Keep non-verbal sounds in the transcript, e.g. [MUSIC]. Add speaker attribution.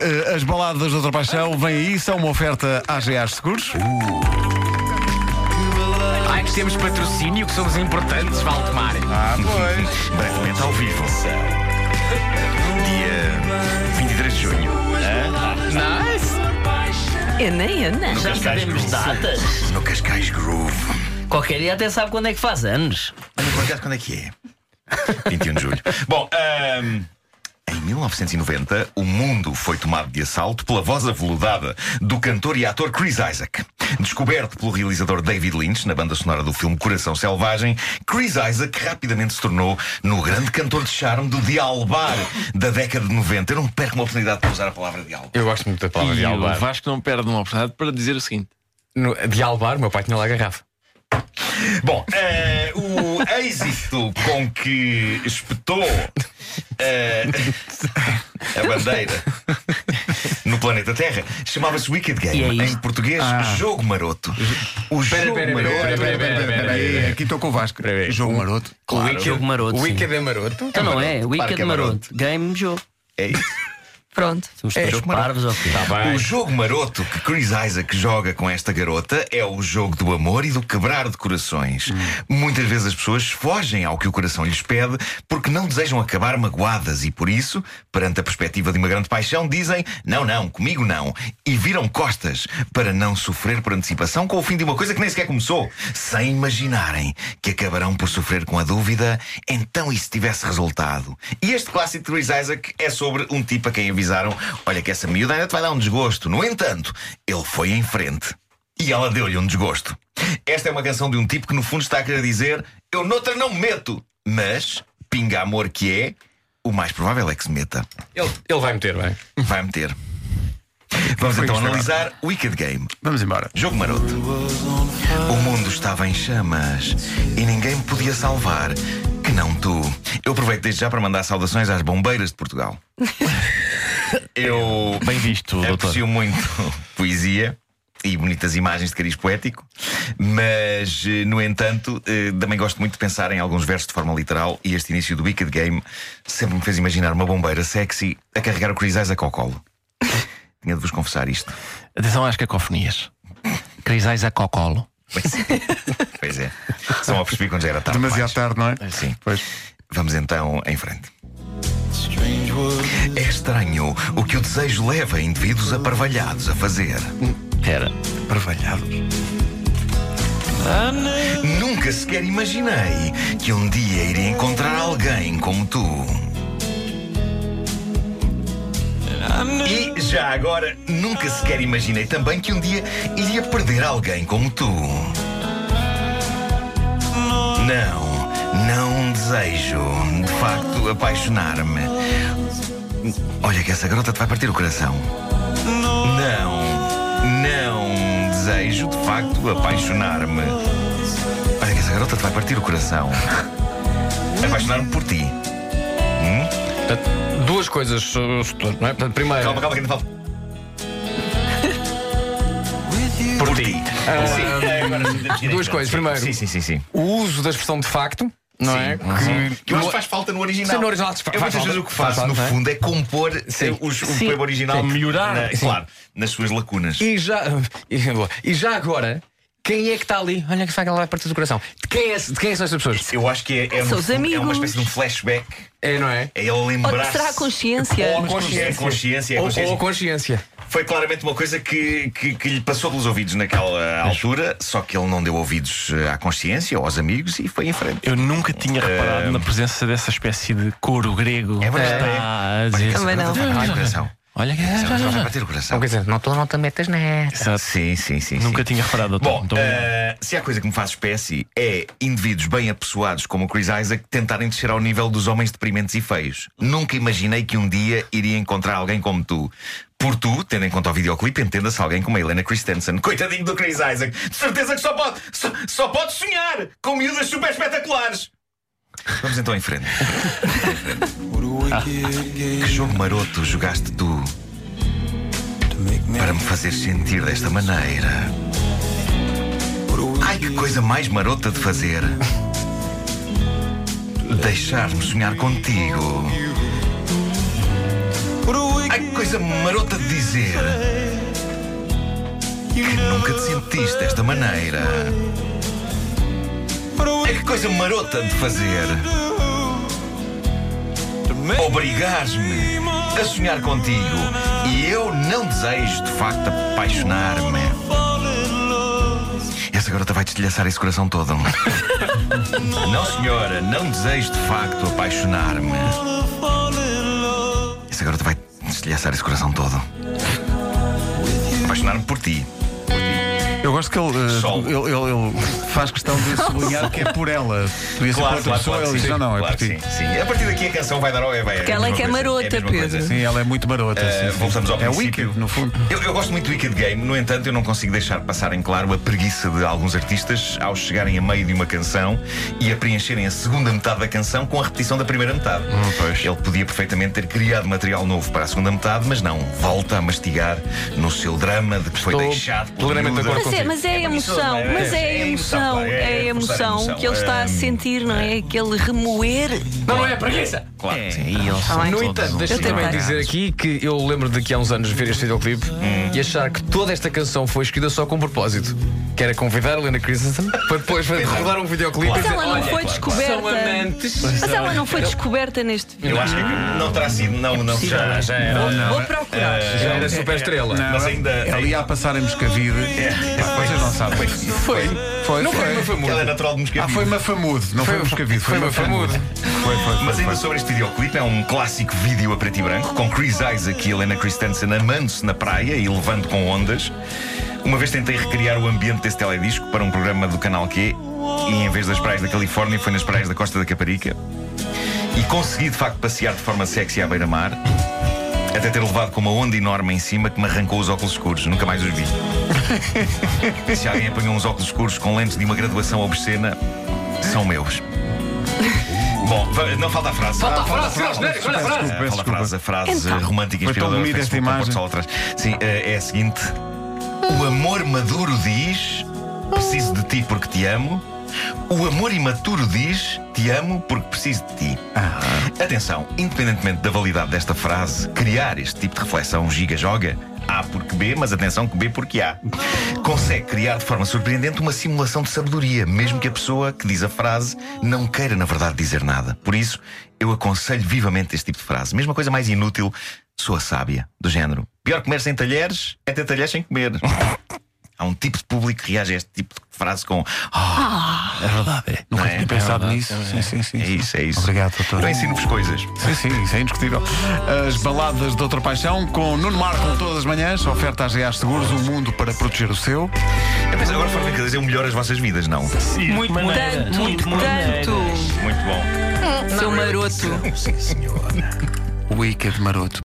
Speaker 1: Eh, As baladas da outra paixão vêm aí, são uma oferta AGA Seguros.
Speaker 2: Ai, que temos patrocínio, que somos importantes, Valdemar.
Speaker 1: Ah, pois.
Speaker 3: Brevemente ao vivo. Dia 23 de junho.
Speaker 2: Nice!
Speaker 4: Eu nem, eu nem.
Speaker 5: Já sabemos datas.
Speaker 3: No Cascais Groove.
Speaker 5: Qualquer dia até sabe quando é que faz anos.
Speaker 3: Olha, por acaso, quando é [LAUGHS] que é? 21 de julho. Bom, ahm, em 1990, o mundo foi tomado de assalto pela voz aveludada do cantor e ator Chris Isaac. Descoberto pelo realizador David Lynch na banda sonora do filme Coração Selvagem, Chris Isaac rapidamente se tornou no grande cantor de charme do Dialbar da década de 90. Eu não perco uma oportunidade para usar a palavra Dialbar.
Speaker 6: Eu gosto muito da palavra
Speaker 7: E
Speaker 6: de
Speaker 7: o
Speaker 6: albar.
Speaker 7: Vasco não perde uma oportunidade para dizer o seguinte:
Speaker 6: No, de albar, meu pai tinha lá a garrafa.
Speaker 3: Bom, eh, o êxito com que espetou eh, a bandeira no planeta Terra chamava-se Wicked
Speaker 5: E é
Speaker 3: Game. em
Speaker 5: isto.
Speaker 3: português, Jogo Maroto. O Jogo
Speaker 6: pera, pera,
Speaker 3: Maroto.
Speaker 6: pera, pera, pera, pera, pera.
Speaker 1: Aqui estou com o Vasco.
Speaker 6: Peraí.
Speaker 1: Jogo maroto.
Speaker 5: O Wicked, jogo maroto.
Speaker 6: O
Speaker 5: sim.
Speaker 6: Wicked é maroto?
Speaker 5: Então não é,
Speaker 3: maroto, claro
Speaker 5: Wicked
Speaker 3: que é
Speaker 5: maroto.
Speaker 3: maroto.
Speaker 5: Game jogo.
Speaker 3: É isso.
Speaker 4: Pronto.
Speaker 5: Somos
Speaker 2: É,
Speaker 5: todos parvos ou quê?
Speaker 2: Tá
Speaker 3: O jogo maroto que Chris Isaac joga com esta garota é o jogo do amor e do quebrar de corações. Muitas vezes as pessoas fogem ao que o coração lhes pede porque não desejam acabar magoadas e, por isso, perante a perspectiva de uma grande paixão, dizem não, não, comigo não. E viram costas para não sofrer por antecipação com o fim de uma coisa que nem sequer começou, sem imaginarem que acabarão por sofrer com a dúvida, então e se tivesse resultado? E este clássico de Chris Isaac é sobre um tipo a quem avisaram: olha, que essa miúda ainda te vai dar um desgosto. No entanto, ele foi em frente e ela deu-lhe um desgosto. Esta é uma canção de um tipo que, no fundo, está a querer dizer: eu noutra não me meto, mas pinga amor que é, o mais provável é que se meta.
Speaker 6: Ele, ele vai meter, vai.
Speaker 3: Vai meter. Vamos então analisar Wicked Game.
Speaker 1: Vamos embora.
Speaker 3: Jogo maroto. O mundo estava em chamas e ninguém me podia salvar, que não tu. Eu aproveito desde já para mandar saudações às bombeiras de
Speaker 7: [LAUGHS]
Speaker 3: Portugal. Eu
Speaker 7: Bem visto,
Speaker 1: É
Speaker 7: doutor.
Speaker 3: aprecio muito [LAUGHS] poesia e bonitas imagens de cariz poético, mas, eh, no entanto, eh, também gosto muito de pensar em alguns versos de forma literal e este início do Wicked Game sempre me fez imaginar uma bombeira sexy a carregar o Chris Isaac ao
Speaker 7: [LAUGHS]
Speaker 3: colo. Tinha de vos confessar isto.
Speaker 7: Atenção às cacofonias. Crisais a cocolo.
Speaker 3: Pois
Speaker 7: [LAUGHS]
Speaker 3: é. pois é. Só me apercebi quando já era tarde.
Speaker 1: Demasiado
Speaker 3: demais.
Speaker 1: tarde, não é?
Speaker 3: Sim.
Speaker 1: Pois.
Speaker 3: Vamos então em frente. É estranho o que o desejo leva indivíduos aparvalhados a fazer.
Speaker 7: Pera.
Speaker 3: Nunca sequer imaginei que um dia iria encontrar alguém como tu. E já agora, nunca sequer imaginei também que um dia iria perder alguém como tu. Não, não um desejo, de facto, apaixonar-me. Olha que essa garota te vai partir o coração. Não, não desejo, de facto, apaixonar-me. Olha que essa garota te vai partir o [LAUGHS] coração. Apaixonar-me por ti.
Speaker 6: Portanto, duas coisas, uh, setor, não é? Portanto, primeiro,
Speaker 3: Calma, calma, que ainda falta. Por, ti. Sim, é, agora sim, temos que ir
Speaker 6: duas
Speaker 3: em frente.
Speaker 6: coisas. Primeiro-
Speaker 3: Sim, sim, sim, sim.
Speaker 6: o uso da expressão de facto, não é? Que,
Speaker 3: Que eu acho que faz falta no original.
Speaker 6: Sim, no original faz
Speaker 3: eu muitas
Speaker 6: falta.
Speaker 3: vezes o que
Speaker 6: Faz
Speaker 3: faço, no
Speaker 6: falta, não é?
Speaker 3: fundo, é compor eh, os- o poema original.
Speaker 7: Sim. Melhorar.
Speaker 3: na- Claro, nas suas lacunas.
Speaker 6: E já, [LAUGHS] e já agora, quem é que está ali? Olha que vai lá partir do coração. De quem, é, de quem são estas pessoas?
Speaker 3: Eu acho que é, é, no
Speaker 4: São os
Speaker 3: fundo, é uma
Speaker 4: amigos.
Speaker 3: espécie de um flashback.
Speaker 6: É, não é?
Speaker 3: É ele
Speaker 4: Ou
Speaker 3: lembrar-se.
Speaker 4: será a consciência?
Speaker 6: Um
Speaker 3: Ou a consciência. consciência, é
Speaker 6: Ou,
Speaker 3: consciência.
Speaker 6: ou a consciência.
Speaker 3: Foi claramente uma coisa que, que, que lhe passou pelos ouvidos naquela altura, só que ele não deu ouvidos eh, à consciência ou aos amigos e foi em frente.
Speaker 7: Eu nunca tinha reparado na presença dessa espécie de couro grego.
Speaker 3: Ehm. É
Speaker 7: que
Speaker 3: verdade.
Speaker 7: está a
Speaker 3: Olha que
Speaker 7: dizer-
Speaker 4: Também
Speaker 3: essa garota vai bater
Speaker 4: não.
Speaker 3: o coração.
Speaker 7: Olha que.
Speaker 3: Essa garota vai bater o coração.
Speaker 6: Não Então, quer dizer, não te, não te metas nessa.
Speaker 7: Exato.
Speaker 3: Sim, sim, sim.
Speaker 7: Nunca
Speaker 3: sim.
Speaker 7: tinha reparado, então, doutor.
Speaker 3: Bom,
Speaker 7: Muito obrigado.
Speaker 3: eh, se há coisa que me faz espécie é indivíduos bem apessoados como o Chris Isaac tentarem descer ao nível dos homens deprimentes e feios. Nunca imaginei que um dia iria encontrar alguém como tu. Por tu, tendo em conta o videoclipe, entenda-se alguém como a Helena Christensen. Coitadinho do Chris Isaac. De certeza que só pode, só, só pode sonhar com miúdas super espetaculares. Vamos então em frente. que jogo maroto jogaste tu para me fazer sentir desta maneira? Ai, que coisa mais marota de fazer. Deixar-me sonhar contigo. Ai, que coisa marota de dizer. Que nunca te sentiste desta maneira. Ai, que coisa marota de fazer. Obrigares-me a sonhar contigo e eu não desejo de facto apaixonar-me. Essa garota vai destilhaçar esse coração todo. [LAUGHS] não, senhora, não desejo de facto apaixonar-me. Essa garota vai destilhaçar esse coração todo. Apaixonar-me por ti.
Speaker 1: Eu gosto que ele, eh,
Speaker 3: Sol.
Speaker 1: ele, ele- ele faz questão de sublinhar que é por ela. Podia ser por outra pessoa, ele diz,
Speaker 3: sim.
Speaker 1: não, não, é
Speaker 3: Claro
Speaker 1: por ti.
Speaker 3: que sim, sim. A partir daqui a canção vai dar ao Eva. assim,
Speaker 4: Porque ela é que é marota, Pedro.
Speaker 1: Sim, ela é muito marota.
Speaker 3: Eh,
Speaker 1: sim, sim.
Speaker 3: voltamos ao
Speaker 1: é
Speaker 3: princípio.
Speaker 1: wicked, no fundo.
Speaker 3: Eu, eu gosto muito do Wicked Game, no entanto, eu não consigo deixar passar em claro a preguiça de alguns artistas ao chegarem a meio de uma canção e a preencherem a segunda metade da canção com a repetição da primeira metade. Ele podia perfeitamente ter criado material novo para a segunda metade, mas não. Volta a mastigar no seu drama de que foi
Speaker 6: Estou
Speaker 3: deixado pela
Speaker 6: plenamente
Speaker 3: miúda.
Speaker 6: de
Speaker 4: Mas
Speaker 6: acordo
Speaker 4: é, mas é a
Speaker 3: contigo.
Speaker 4: emoção,
Speaker 3: É,
Speaker 4: mas é
Speaker 3: é
Speaker 4: a emoção,
Speaker 3: emoção,
Speaker 4: é a
Speaker 3: é forçar a
Speaker 4: emoção
Speaker 3: emoção,
Speaker 4: que ele está
Speaker 3: hum,
Speaker 4: a sentir, não é? Aquele remoer.
Speaker 6: Não, não é preguiça!
Speaker 3: Claro, que sim.
Speaker 6: No entanto, deixa-me
Speaker 4: Eu
Speaker 6: também
Speaker 4: tentei.
Speaker 6: dizer aqui que eu lembro de que há uns anos ver este videoclipe
Speaker 3: Hum.
Speaker 6: e achar que toda esta canção foi escrita só com um propósito. Que era convidar a Helena Christensen para depois
Speaker 3: é.
Speaker 6: rodar um videoclipe
Speaker 3: Claro.
Speaker 4: Mas
Speaker 6: e dizer,
Speaker 4: ela não
Speaker 6: olha,
Speaker 4: foi descoberta.
Speaker 6: são amantes.
Speaker 4: Mas ela não foi descoberta neste vídeo.
Speaker 3: Eu acho que não terá sido, não, não, É já, já era.
Speaker 4: Vou procurar.
Speaker 6: Já era super estrela.
Speaker 1: Não,
Speaker 3: Mas ainda-
Speaker 1: Ela ia a passar em Moscavide.
Speaker 3: É,
Speaker 1: Pá, Vocês não sabem.
Speaker 3: Foi, foi.
Speaker 1: Foi,
Speaker 6: Não foi,
Speaker 1: foi.
Speaker 6: não
Speaker 3: Ela
Speaker 6: foi
Speaker 3: é
Speaker 6: muito.
Speaker 3: natural de Moscavide.
Speaker 1: Ah, foi Mafamudo, não foi Moscavide, foi
Speaker 6: Foi
Speaker 1: Mafamudo.
Speaker 6: famoso.
Speaker 3: Mas ainda sobre este videoclipe, é um clássico vídeo a preto e branco, com Chris Isaac e Helena Christensen amando-se na praia e levando com ondas. Uma vez tentei recriar o ambiente desse teledisco para um programa do canal Q e em vez das praias da Califórnia foi nas praias da Costa da Caparica. E consegui de facto passear de forma sexy à beira-mar, até ter levado com uma onda enorme em cima que me arrancou os óculos escuros, nunca mais os vi. Se alguém apanhou uns óculos escuros com lentes de uma graduação obscena, são meus. Bom, va- não falta a frase.
Speaker 6: Uh. Falta a frase, frase,
Speaker 1: olha a frase.
Speaker 3: Ah, falta a frase, a frase
Speaker 4: Então.
Speaker 3: eh, romântica e
Speaker 1: Foi tão
Speaker 3: inspiradora.
Speaker 1: bonita esta
Speaker 3: Facebook,
Speaker 1: imagem.
Speaker 3: Porto Sol atrás. Sim, eh, é a seguinte: O amor maduro diz: Preciso de ti porque te amo. O amor imaturo diz: Te amo porque preciso de ti. Atenção, independentemente da validade desta frase, criar este tipo de reflexão giga-joga, A porque B, mas atenção que B porque A, consegue criar de forma surpreendente uma simulação de sabedoria, mesmo que a pessoa que diz a frase não queira, na verdade, dizer nada. Por isso, eu aconselho vivamente este tipo de frase. Mesma coisa mais inútil, sou a sábia, do género. Pior comer sem talheres é ter talheres sem comer. Há um tipo de público que reage a este tipo de frase com. "Ah,
Speaker 7: É verdade. Nunca
Speaker 3: Não é?
Speaker 7: tinha
Speaker 3: É
Speaker 7: pensado
Speaker 1: verdade,
Speaker 7: nisso.
Speaker 1: também.
Speaker 7: Sim, sim, sim.
Speaker 3: é
Speaker 7: sim.
Speaker 3: isso, é isso.
Speaker 1: Obrigado, doutor.
Speaker 3: Eu ensino-vos coisas.
Speaker 1: Sim, sim, isso é indiscutível. As baladas de outra paixão com Nuno Marco todas as manhãs, oferta às GAs Seguros, o mundo para proteger o seu.
Speaker 3: Mas agora foram brincadeiras, eu melhoro as vossas vidas, não?
Speaker 5: Muito maneira.
Speaker 4: Tanto,
Speaker 5: Muito maneira.
Speaker 4: tanto,
Speaker 3: Muito bom.
Speaker 4: seu maroto.
Speaker 1: Wicked Maroto.